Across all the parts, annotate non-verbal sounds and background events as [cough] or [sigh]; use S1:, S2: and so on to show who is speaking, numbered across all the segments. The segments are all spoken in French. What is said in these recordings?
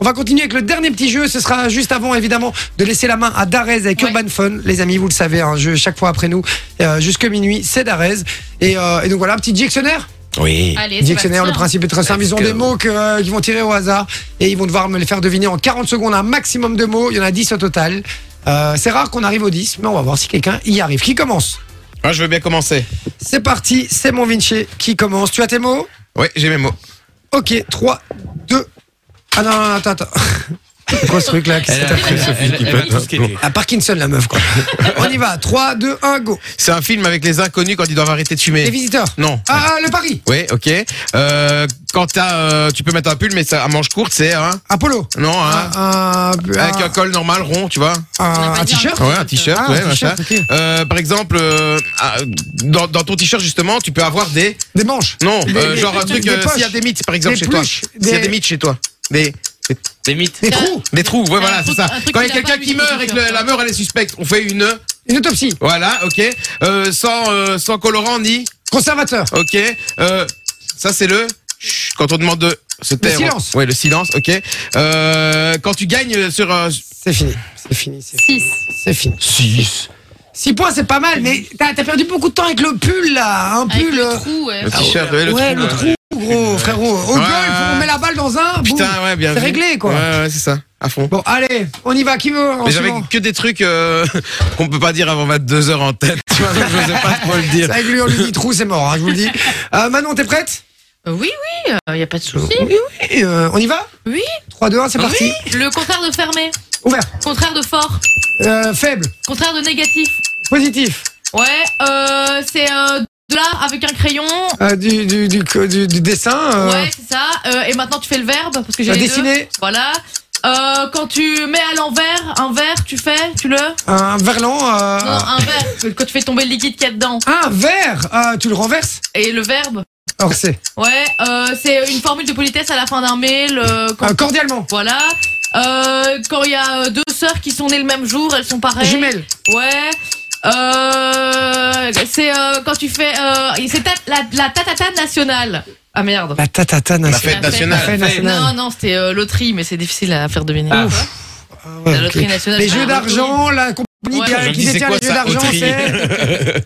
S1: On va continuer avec le dernier petit jeu. Ce sera juste avant, évidemment, de laisser la main à Darez avec
S2: Ouais.
S1: Urban Fun. Les amis, vous le savez, un jeu chaque fois après nous, euh, jusque minuit, c'est Darez. Et, euh, et donc voilà, un petit dictionnaire.
S3: Oui.
S2: Allez, c'est
S1: Dictionnaire,
S2: parti,
S1: le
S2: hein.
S1: principe est très simple. Ils ont
S3: Let's
S1: des
S3: go.
S1: mots que, euh, qu'ils vont tirer au hasard et ils vont devoir me les faire deviner en 40 secondes, un maximum de mots. Il y en a 10 au total. Euh, c'est rare qu'on arrive aux 10, mais on va voir si quelqu'un y arrive. Qui commence
S3: Moi, Ah, je veux bien commencer.
S1: C'est parti, c'est mon Vinci qui commence. Tu as tes mots
S3: Oui, j'ai mes mots.
S1: Ok, 3, 2. Ah non, non, non, attends, attends. [laughs] C'est quoi ce truc là Qu'est-ce que t'as fait Ah, Parkinson, la
S3: [laughs]
S1: meuf, quoi. On y va, 3, 2, 1, go.
S3: C'est un film avec les inconnus quand ils doivent arrêter de
S1: Les
S3: fumer.
S1: visiteurs.
S3: Eh. Non.
S1: Ah, ah, le Paris.
S3: Oui, ok. Euh, quand t'as, euh, tu peux mettre un pull, mais ça, à manche courte, c'est un.
S1: Apollo. Ah,
S3: Non, un.
S1: Un,
S3: Ah. Avec un col normal rond, tu
S1: un-
S3: vois.
S2: On n'a
S1: ah, un
S2: pas dit un
S1: t-shirt.
S2: truc.
S3: Ouais, un t-shirt,
S1: Ah, un
S3: ouais,
S1: t-shirt,
S3: machin.
S1: ok.
S3: Euh, par exemple, euh, ah, dans, dans ton t-shirt justement, tu peux avoir des
S1: Des manches.
S3: non, euh,
S1: des-
S3: genre un
S1: des-
S3: truc.
S1: des
S3: euh,
S1: poches.
S3: S'il y a des mythes, par exemple,
S1: Des
S3: chez toi.
S1: pluches.
S3: S'il y a
S1: Des-
S3: des mythes chez toi, des
S4: Des mythes.
S1: Des trous.
S3: des trous, ouais, voilà,
S2: un
S3: c'est
S2: truc-
S3: ça.
S2: un truc
S3: Quand il y a
S2: qu'il a
S3: quelqu'un
S2: pas
S3: qui
S2: vu,
S3: meurt
S2: c'est
S3: et que
S2: sûr.
S3: le-
S1: hein.
S3: la meurt elle est suspecte, on fait une
S1: Une autopsie.
S3: voilà, ok, euh, sans euh, sans colorant ni
S1: Conservateur.
S3: ok. Euh, ça c'est le chut, quand on demande de se taire.
S1: silence.
S3: Ouais, le silence, ok. Euh, quand tu gagnes sur euh,
S1: C'est fini. C'est fini. C'est fini.
S2: Six.
S1: C'est fini. 6. 6 points, c'est pas mal, mais t'as t'as perdu beaucoup de temps avec le pull là. Un
S2: Avec
S1: pull.
S2: le
S1: euh,
S2: trou, ouais.
S3: le t-shirt, ouais, le
S1: ouais,
S3: trou,
S1: le
S3: ouais.
S1: trou, gros, frérot. Au
S3: Ouais.
S1: golf, on met la balle dans un. boum.
S3: Putain, ouais, bien
S1: C'est
S3: vu.
S1: réglé, quoi.
S3: Ouais, ouais, c'est ça, à fond.
S1: Bon, allez, on y va. Qui veut en
S3: Mais j'avais
S1: suivant
S3: que des trucs euh, [laughs] qu'on peut pas dire avant 22 heures en tête. Tu vois, donc je sais pas trop le dire.
S1: C'est avec lui, on lui dit trou, c'est mort, hein, je vous
S3: [laughs]
S1: le dis. Euh, Manon, t'es prête
S2: Euh, Oui, oui, il n'y a pas de souci.
S1: Et, euh, On y va
S2: Oui.
S1: 3, 2, 1, c'est parti.
S2: Le contraire de fermé,
S1: Ouvert.
S2: contraire de fort,
S1: Euh, faible.
S2: contraire de négatif.
S1: Positif.
S2: Ouais, euh, c'est euh, de là avec un crayon.
S1: Euh, du, du, du, du- du dessin. euh,
S2: Ouais, c'est ça. Euh, et maintenant tu fais le verbe parce que j'ai
S1: euh,
S2: les deux.
S1: dessiner.
S2: Voilà. Euh, quand tu mets à l'envers un verre, tu fais, tu le.
S1: Un verlan. euh,
S2: Non, un verre. Quand tu fais tomber le liquide qu'il y a dedans.
S1: un verre. euh, tu le renverses
S2: Et le verbe.
S1: Or, c'est.
S2: Ouais, euh, c'est une formule de politesse à la fin d'un mail. euh, quand-
S1: euh, cordialement.
S2: Voilà. Euh, quand il y a euh, deux sœurs qui sont nées le même jour, elles sont pareilles.
S1: Jumelle.
S2: Ouais. Euh, c'est euh, quand tu fais. Euh, c'est ta- la, la tatata nationale. Ah merde.
S1: La tatata
S3: La
S1: nationale.
S3: fête
S2: la
S3: nationale.
S1: fête nationale.
S2: Non, non, c'était euh, loterie, mais c'est difficile à faire deviner.
S1: Ouf. Ah ouais,
S2: La
S1: ok.
S2: loterie nationale.
S1: Les
S2: c'est
S1: jeux
S2: un
S1: d'argent, la compagnie
S2: Ouais.
S1: qui-
S3: Je me
S1: qui
S3: dis, c'est
S1: détient
S3: quoi
S1: les jeux
S3: ça,
S1: d'argent,
S3: loterie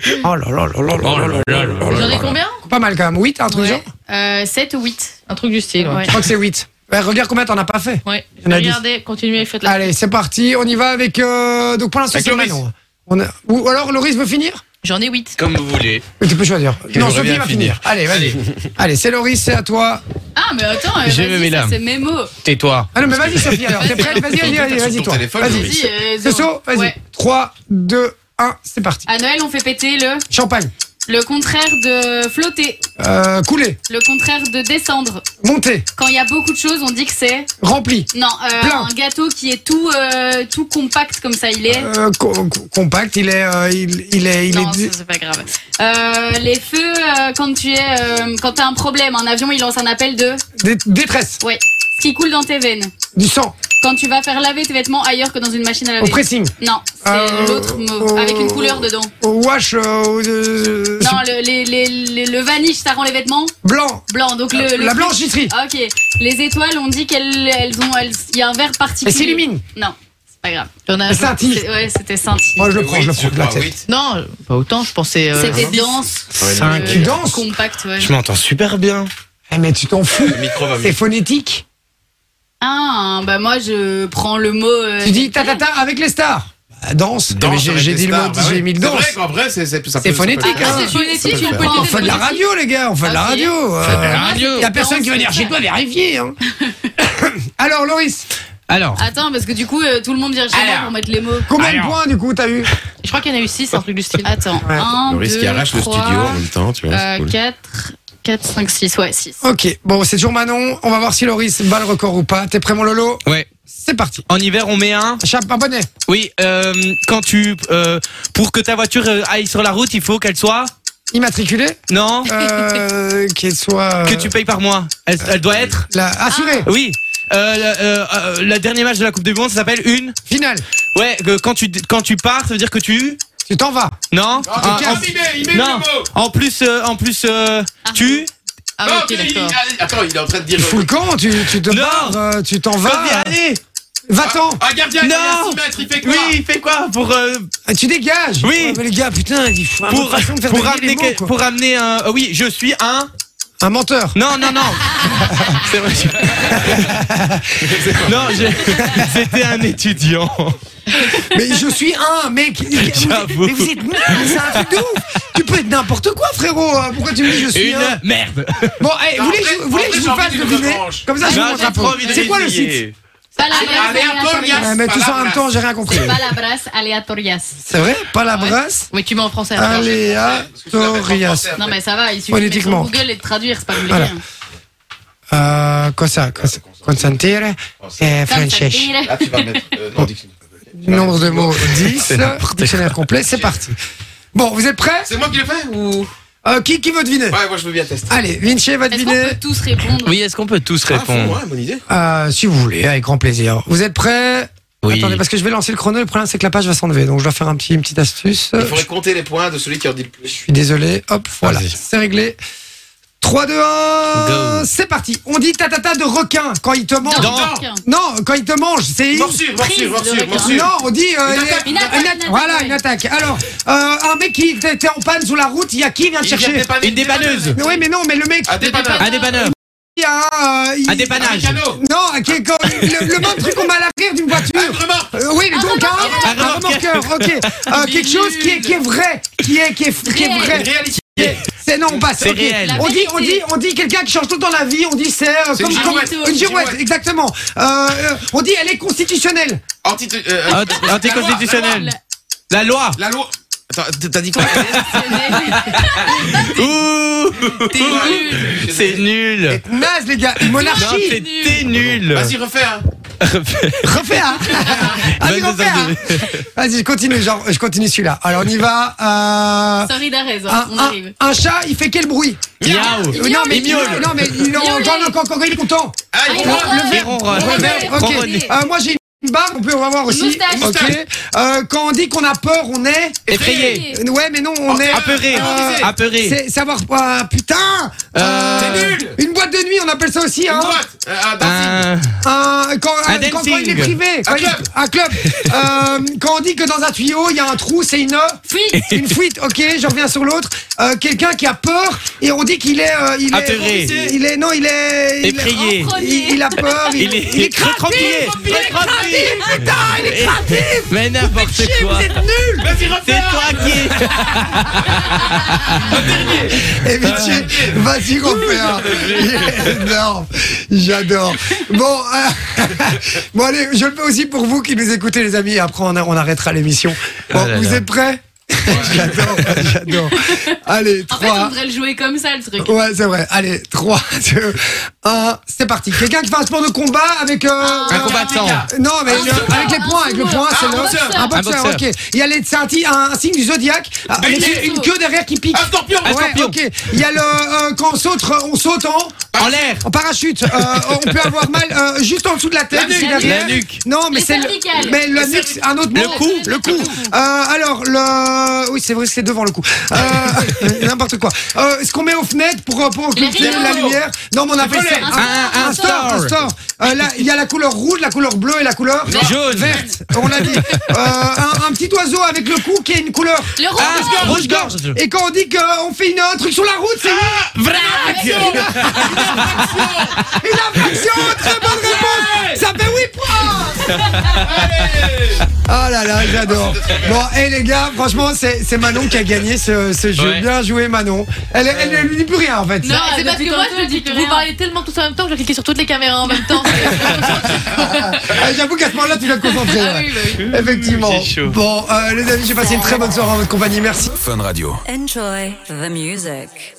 S3: [laughs]
S1: c'est. Oh là là là là là là là là là
S2: loterie.
S1: là
S2: J'en ai
S1: là.
S2: combien
S1: Pas mal quand même. 8, un truc du genre
S5: Euh, 7 ou 8.
S2: Un truc du style, ouais.
S1: Je crois que c'est 8. regarde combien t'en as pas fait.
S2: Ouais.
S1: Ah, Il y en a dix.
S2: Regardez, continuez, faites la.
S1: Allez, c'est parti. On y va avec. euh, donc pour l'instant,
S3: Avec
S1: c'est
S3: Loris.
S1: Manon. On a- Ou alors, Loris veut finir
S2: J'en ai 8.
S4: Comme vous voulez.
S1: Tu peux choisir. non,
S3: j'aimerais
S1: Sophie
S3: bien
S1: va finir.
S3: finir.
S1: Allez, vas-y. Allez, c'est Loris, c'est à toi.
S5: Ah, mais attends, euh,
S4: J'ai
S5: vas-y,
S4: mes
S5: ça,
S4: lames.
S5: c'est mes mots.
S4: Tais-toi.
S1: Ah non, mais vas-y, Sophie, alors. T'es prête Vas-y, vas-y, vas-y, vas-y,
S3: Sur ton
S1: toi.
S3: téléphone,
S1: Vas-y.
S3: Loris.
S5: Vas-y, euh, zéro.
S1: Soso, vas-y.
S5: Ouais.
S1: 3, 2, 1, c'est parti.
S5: À Noël, on fait péter le,
S1: Champagne.
S5: le contraire de flotter,
S1: Euh, couler.
S5: le contraire de descendre.
S1: Monter.
S5: Quand il y a beaucoup de choses, on dit que c'est.
S1: Rempli.
S5: Non, euh,
S1: Plein.
S5: un gâteau qui est tout, euh, tout compact comme ça, il est.
S1: Euh, co- co- compact, il est. euh, il, il est. Il
S5: non,
S1: est...
S5: ça, c'est pas grave. Euh, les feux, euh, quand tu es, euh, quand t'as un problème, un avion, il lance un appel de
S1: dé- Détresse.
S5: ce qui coule dans tes veines.
S1: Du sang.
S5: Quand tu vas faire laver tes vêtements ailleurs que dans une machine à
S1: Au
S5: laver.
S1: pressing.
S5: Non, c'est
S1: Euh,
S5: l'autre mot,
S1: euh,
S5: avec une couleur dedans.
S1: Au wash. euh, au- euh,
S5: Non, le, les, les, les- le vanish, ça rend les vêtements
S1: Blanc.
S5: blancs. Donc le, Ah, le-
S1: La blanchisserie.
S5: Ok. Les étoiles, on dit qu'elles elles ont, elles- il y a un verre particulier.
S1: Elle s'illumine.
S5: Non, c'est pas grave.
S2: J'en ai...
S1: Elle scintille.
S5: C'est- Ouais, c'était scintille.
S1: Moi, je le prends, je le
S3: Huit,
S1: prends de la
S3: crois,
S1: tête.
S3: huit.
S2: Non, pas autant, je pensais. euh,
S5: C'était
S2: six.
S5: dense.
S3: Cinq.
S5: euh,
S1: Tu danses
S5: Compact, ouais.
S4: Je m'entends super bien.
S1: Eh, mais tu t'en fous.
S3: Le micro va mieux.
S1: C'est phonétique.
S5: Ah, bah moi, je prends le mot. euh,
S1: Tu dis ta ta ta avec les stars. Bah, danse.
S3: Danse
S1: Mais j'ai
S3: avec
S1: j'ai
S3: les
S1: dit le
S3: stars,
S1: mot,
S3: bah
S1: j'ai
S3: oui.
S1: mis le
S3: C'est
S1: danse.
S3: vrai qu'en vrai, c'est c'est- ça
S1: C'est
S3: peut- ça peut
S1: phonétique,
S3: être-
S1: hein.
S5: Ah, c'est
S3: Ça peut
S5: phonétique,
S3: le
S5: on
S3: faire.
S5: peut
S1: On fait de la radio, les gars, on fait de la
S5: Ok.
S1: radio.
S4: la
S1: euh,
S4: radio.
S1: Il y a personne qui va venir chez toi vérifier. hein. [laughs] Alors, Loris,
S4: Alors,
S5: Attends, parce que du coup, euh, tout le monde vient chez moi
S4: Alors.
S5: pour mettre les mots.
S1: combien de
S4: Alors.
S1: points du coup t'as eu
S2: Je crois qu'il y en a eu 6, un truc du style.
S5: Attends,
S1: Ouais.
S5: 1,
S3: Loris qui
S5: 2,
S3: arrache le studio en
S5: 3,
S3: même temps, tu vois.
S5: Euh,
S3: c'est cool.
S5: 4, 4, 5, 6, ouais, 6.
S1: Ok, bon, c'est toujours Manon. On va voir si Loris bat le record ou pas. T'es prêt, mon Lolo
S4: ouais.
S1: C'est parti.
S4: En hiver, on met un.
S1: Chape, un bonnet.
S4: Oui, euh, quand tu. euh, pour que ta voiture euh, aille sur la route, il faut qu'elle soit.
S1: Immatriculé.
S4: Non
S1: Euh, Qu'elle soit. euh,
S4: Que tu payes par mois. Elle, elle doit être.
S1: La... Assurée.
S4: Oui. Euh, la, euh, euh, la dernière match de la Coupe du Monde, ça s'appelle une.
S1: Finale.
S4: Ouais, que quand tu quand tu pars, ça veut dire que tu.
S1: Tu t'en vas.
S4: Non.
S3: Ah,
S4: En-
S3: il met- il met le
S4: non.
S3: mot. Oh,
S4: en, plus, euh, en plus, euh, tu
S2: Ah,
S3: Non,
S2: ok,
S3: mais il-
S2: d'accord.
S3: allez, attends, il est en train de dire.
S1: Tu fous le camp, tu, tu te
S4: Non.
S1: barres, euh, tu t'en vas.
S4: Combien allez
S1: Va-t'en
S3: Ah, gardien, il est à
S4: Non.
S3: 6 mètres, il fait quoi
S4: Oui, il fait quoi pour euh,
S1: Ah, Tu dégages
S4: Oui.
S1: Ouais, mais les gars, putain, il faut
S4: pour,
S1: façon de faire
S4: pour
S1: deviner les
S4: ramener
S1: mots,
S4: que-
S1: quoi.
S4: pour ramener un ah oui, je suis un
S1: Un menteur
S4: Non, non, non. C'est vrai. je- non, je- c'était un étudiant.
S1: Mais je suis un mec il- vous êtes-
S4: [laughs] J'avoue.
S1: Mais vous êtes nul, c'est un truc de ouf Tu peux être n'importe quoi, frérot euh, Pourquoi tu me dis je suis
S4: Une
S1: un
S4: merde.
S1: Bon, allez,
S3: Non,
S1: vous voulez que je- vous voulez que
S3: en fait- en
S1: je vous
S3: fait, j'ai
S1: fasse
S3: envie de
S1: deviner
S3: revanche.
S1: Comme ça, Ah, je
S4: Non,
S1: vous
S4: j'ai
S1: montre un
S4: pas
S1: peu.
S4: envie de
S1: C'est quoi le site
S4: réessayer.
S5: Palabras
S3: Allez, un peu,
S5: aleatorias.
S3: gars.
S1: Ouais, Mais tout ça en
S3: Palabras.
S1: même temps, j'ai rien compris.
S5: Palabras aleatorias.
S1: C'est vrai Pas la
S2: Ouais.
S1: brasse
S2: Mais tu mets en français. attends.
S1: Aléatorias.
S5: Non, mais ça va, il suffit de mettre
S1: Politiquement.
S5: sur Google et de traduire, c'est pas compliqué.
S1: Voilà. Euh, cosa, cosa, consentire, eh,
S5: Comme ça
S1: Franceschi.
S5: tire.
S3: Là, Oh, tu vas mettre. euh, non, dis-
S1: Nombre de
S3: [laughs]
S1: mots 10, dictionnaire complet, c'est parti. Bon, vous êtes prêts
S3: C'est moi qui l'ai fait ou
S1: Euh, qui, qui veut deviner
S3: Ouais, moi je veux bien tester.
S1: Allez, Vinci va
S5: Est-ce qu'on
S1: deviner
S5: peut tous répondre
S4: Oui, est-ce qu'on peut tous
S3: Ah, faut-
S4: répondre
S3: ouais, bonne idée.
S1: euh, si vous voulez, avec grand plaisir. Vous êtes prêts
S4: Oui.
S1: Attendez, parce que je vais lancer le chrono, le problème c'est que la page va s'enlever, donc je dois faire un petit, une petite astuce.
S3: Il
S1: Euh, Je
S3: faudrait compter les points de celui qui en dit le plus.
S1: suis désolé, hop, voilà,
S3: Vas-y.
S1: c'est réglé. 3, 2, 1, c'est parti. On dit tatata de requin quand il te mange.
S5: Non.
S1: Non, quand il te mange, c'est...
S3: Morsure,
S5: Prise
S3: morsure,
S5: de
S3: morsure,
S5: requin.
S3: morsure.
S1: Non, on dit euh,
S3: Une attaque,
S5: une attaque, une attaque,
S1: Voilà,
S5: ouais.
S1: une attaque. Alors, euh, un mec qui était était en panne sur la route, il y a qui vient te
S3: Il vient
S1: chercher
S3: dépanner-
S4: Une dépanneuse.
S1: Mais oui, mais non, mais le mec,
S3: Un dépanneur.
S4: Un dépanneur,
S1: il y a. euh, il-
S4: un dépannage,
S3: Un canot.
S1: Non, qui est comme le, le même truc qu'on met à l'arrière d'une
S3: Un
S1: voiture.
S3: remorque.
S1: Euh, oui, donc un,
S4: remorqueur.
S1: un remorqueur, ok. Euh, quelque chose qui est, qui est vrai, qui est, qui est, qui est vrai.
S3: Une réalité.
S1: C'est non, on passe.
S4: C'est
S1: ok.
S4: réel.
S1: On dit, on dit, on dit quelqu'un qui change tout dans la vie. On dit c'est euh,
S3: C'est
S1: comme
S3: une
S1: comme-
S3: girouette.
S1: une girouette,
S3: Girouette.
S1: exactement. Euh, euh, on dit elle est constitutionnelle.
S3: Anti- euh,
S4: Ant-
S3: la loi,
S4: anticonstitutionnel. La loi.
S3: La loi. Attends, t- t'as dit [laughs] quoi
S4: Ouh,
S3: nul.
S4: c'est nul.
S1: Naze les gars, une
S4: Non,
S1: monarchie.
S4: c'était nul.
S3: Vas-y, refais hein. un.
S1: [laughs] Refais un. Allez,
S4: Bonne
S1: refais un. Vas-y, je continue, genre, je continue celui-là. Alors on y va. euh,
S5: Sorry d'Arez,
S1: un,
S5: on
S1: un-
S5: arrive.
S1: un chat, il fait quel bruit
S4: Miaou.
S1: Euh, Non mais
S4: Il miaule.
S1: non mais il
S5: Miaule.
S1: quand, quand- quand il est content.
S3: Ah, il est
S5: Ah, il
S3: bon.
S4: Il
S5: ronronne.
S4: ronronne.
S1: Ouais,
S5: Ronronne.
S1: ouais, ok.
S4: Ronronne.
S1: Euh, moi j'ai une barbe, on peut en avoir aussi.
S5: Moustache.
S1: Ok. Euh, quand on dit qu'on a peur, on est.
S4: Effrayé.
S1: Euh, Ouais, mais non, on est.
S4: Apeuré.
S1: Euh,
S4: Apeuré.
S1: C'est savoir quoi Putain.
S4: Euh,
S3: C'est nul.
S1: Une boîte de nuit, on appelle ça aussi.
S3: Une
S1: Hein.
S3: droite. Euh, Un dancing.
S4: Un-
S1: Un, quand, euh,
S4: Un
S1: quand,
S4: dancing.
S1: quand il est privé, quand
S3: Un
S1: il-
S3: club.
S1: un club. Euh, quand on dit que dans un tuyau il y a un trou, c'est une euh,
S5: Fuite
S1: une fuite. Ok, je reviens sur l'autre. Euh, Quelqu'un qui a peur et on dit qu'il est euh, il
S4: Apeuré.
S1: est il est non il est il est-
S4: Effrayé.
S5: en premier.
S1: il, il a peur, il,
S4: Il est,
S1: il est craint.
S4: crampillé.
S1: Putain, il est
S4: Mais n'importe quoi.
S1: nul
S3: Vas-y, refais
S4: C'est
S3: un.
S4: toi qui es.
S1: Et Vinci, Eh, vas-y, refaire Il est énorme J'adore Bon, euh, [laughs] bon, allez, je le fais aussi pour vous qui nous écoutez, les amis, et après on, a- on arrêtera l'émission. Bon,
S4: Ah là
S1: vous
S4: là.
S1: êtes prêts J'adore, j'adore. Allez,
S5: En fait, on
S1: 3.
S5: devrait le jouer comme ça, le truc.
S1: Ouais, c'est vrai. Allez, 3, 2, 1, c'est parti. Quelqu'un qui fait un sport de combat avec. euh,
S4: Un
S1: euh,
S4: combattant.
S1: Non, mais
S5: Un
S1: avec,
S5: joueur,
S1: les
S5: un
S1: points, avec le
S5: joueur.
S1: point, c'est
S5: Ah,
S1: le.
S5: un boxeur.
S1: Un boxeur,
S4: Un boxeur.
S1: ok. Il y a les, c'est un, ti- un- un signe du zodiaque, Ah, avec
S3: Bélier.
S1: une queue derrière qui pique.
S3: Un scorpion.
S4: Un
S1: Ouais,
S4: scorpion.
S1: ok. Il y a le. euh, quand on saute, euh, on saute en,
S4: En l'air.
S1: en parachute. Euh, on peut avoir mal euh, juste en dessous de la tête,
S3: La
S1: ici
S5: nuque.
S1: derrière.
S4: La nuque.
S1: Non, mais
S5: Les
S1: c'est. le-
S5: cervicales.
S1: Mais le
S3: Les
S1: nuque, c'est un autre mot.
S4: Le cou.
S1: Le cou. Euh, alors, le. Oui, c'est vrai, c'est devant le cou. Euh, [laughs] N'importe quoi. Euh, ce qu'on met aux fenêtres pour, euh, pour occulter
S5: rideaux.
S1: la lumière. Non, mais on appelle ça.
S3: volets.
S4: Un- un
S1: store. Un
S4: store.
S1: store. Euh, là, il y a la couleur rouge, la couleur bleue et la couleur.
S4: Jaune.
S1: Verte, on l'a dit. Euh, un, un petit oiseau avec le cou qui a une couleur.
S5: Le rond
S4: Ah, rouge-gorge.
S1: Et quand on dit qu'on fait une, un truc sur la route, c'est
S4: Ah,
S5: Ah,
S4: [laughs] Vrac.
S1: une infraction. Très bonne réponse. Ça fait 8 points.
S3: Allez.
S1: Ah là là, j'adore. Bon, et les gars, franchement, c'est c'est Manon qui a gagné ce, ce jeu.
S4: Ouais.
S1: Bien joué, Manon. Elle, elle, ne lui dit plus rien en fait.
S2: Non, c'est
S5: depuis
S2: parce que moi,
S5: tantôt,
S2: je me dis
S5: tu
S2: que
S5: dis
S2: vous
S5: rien.
S2: parlez tellement tous en même temps que j'ai cliqué sur toutes les caméras en
S5: [laughs]
S2: même temps.
S1: Ah, J'avoue qu'à ce moment-là, tu dois te concentrer.
S2: Ah
S1: ouais.
S2: oui, bah oui.
S1: Effectivement.
S4: J'ai chaud.
S1: Bon, euh, les amis, j'ai passé une très bonne soirée en votre compagnie. Merci.
S6: Enjoy the music.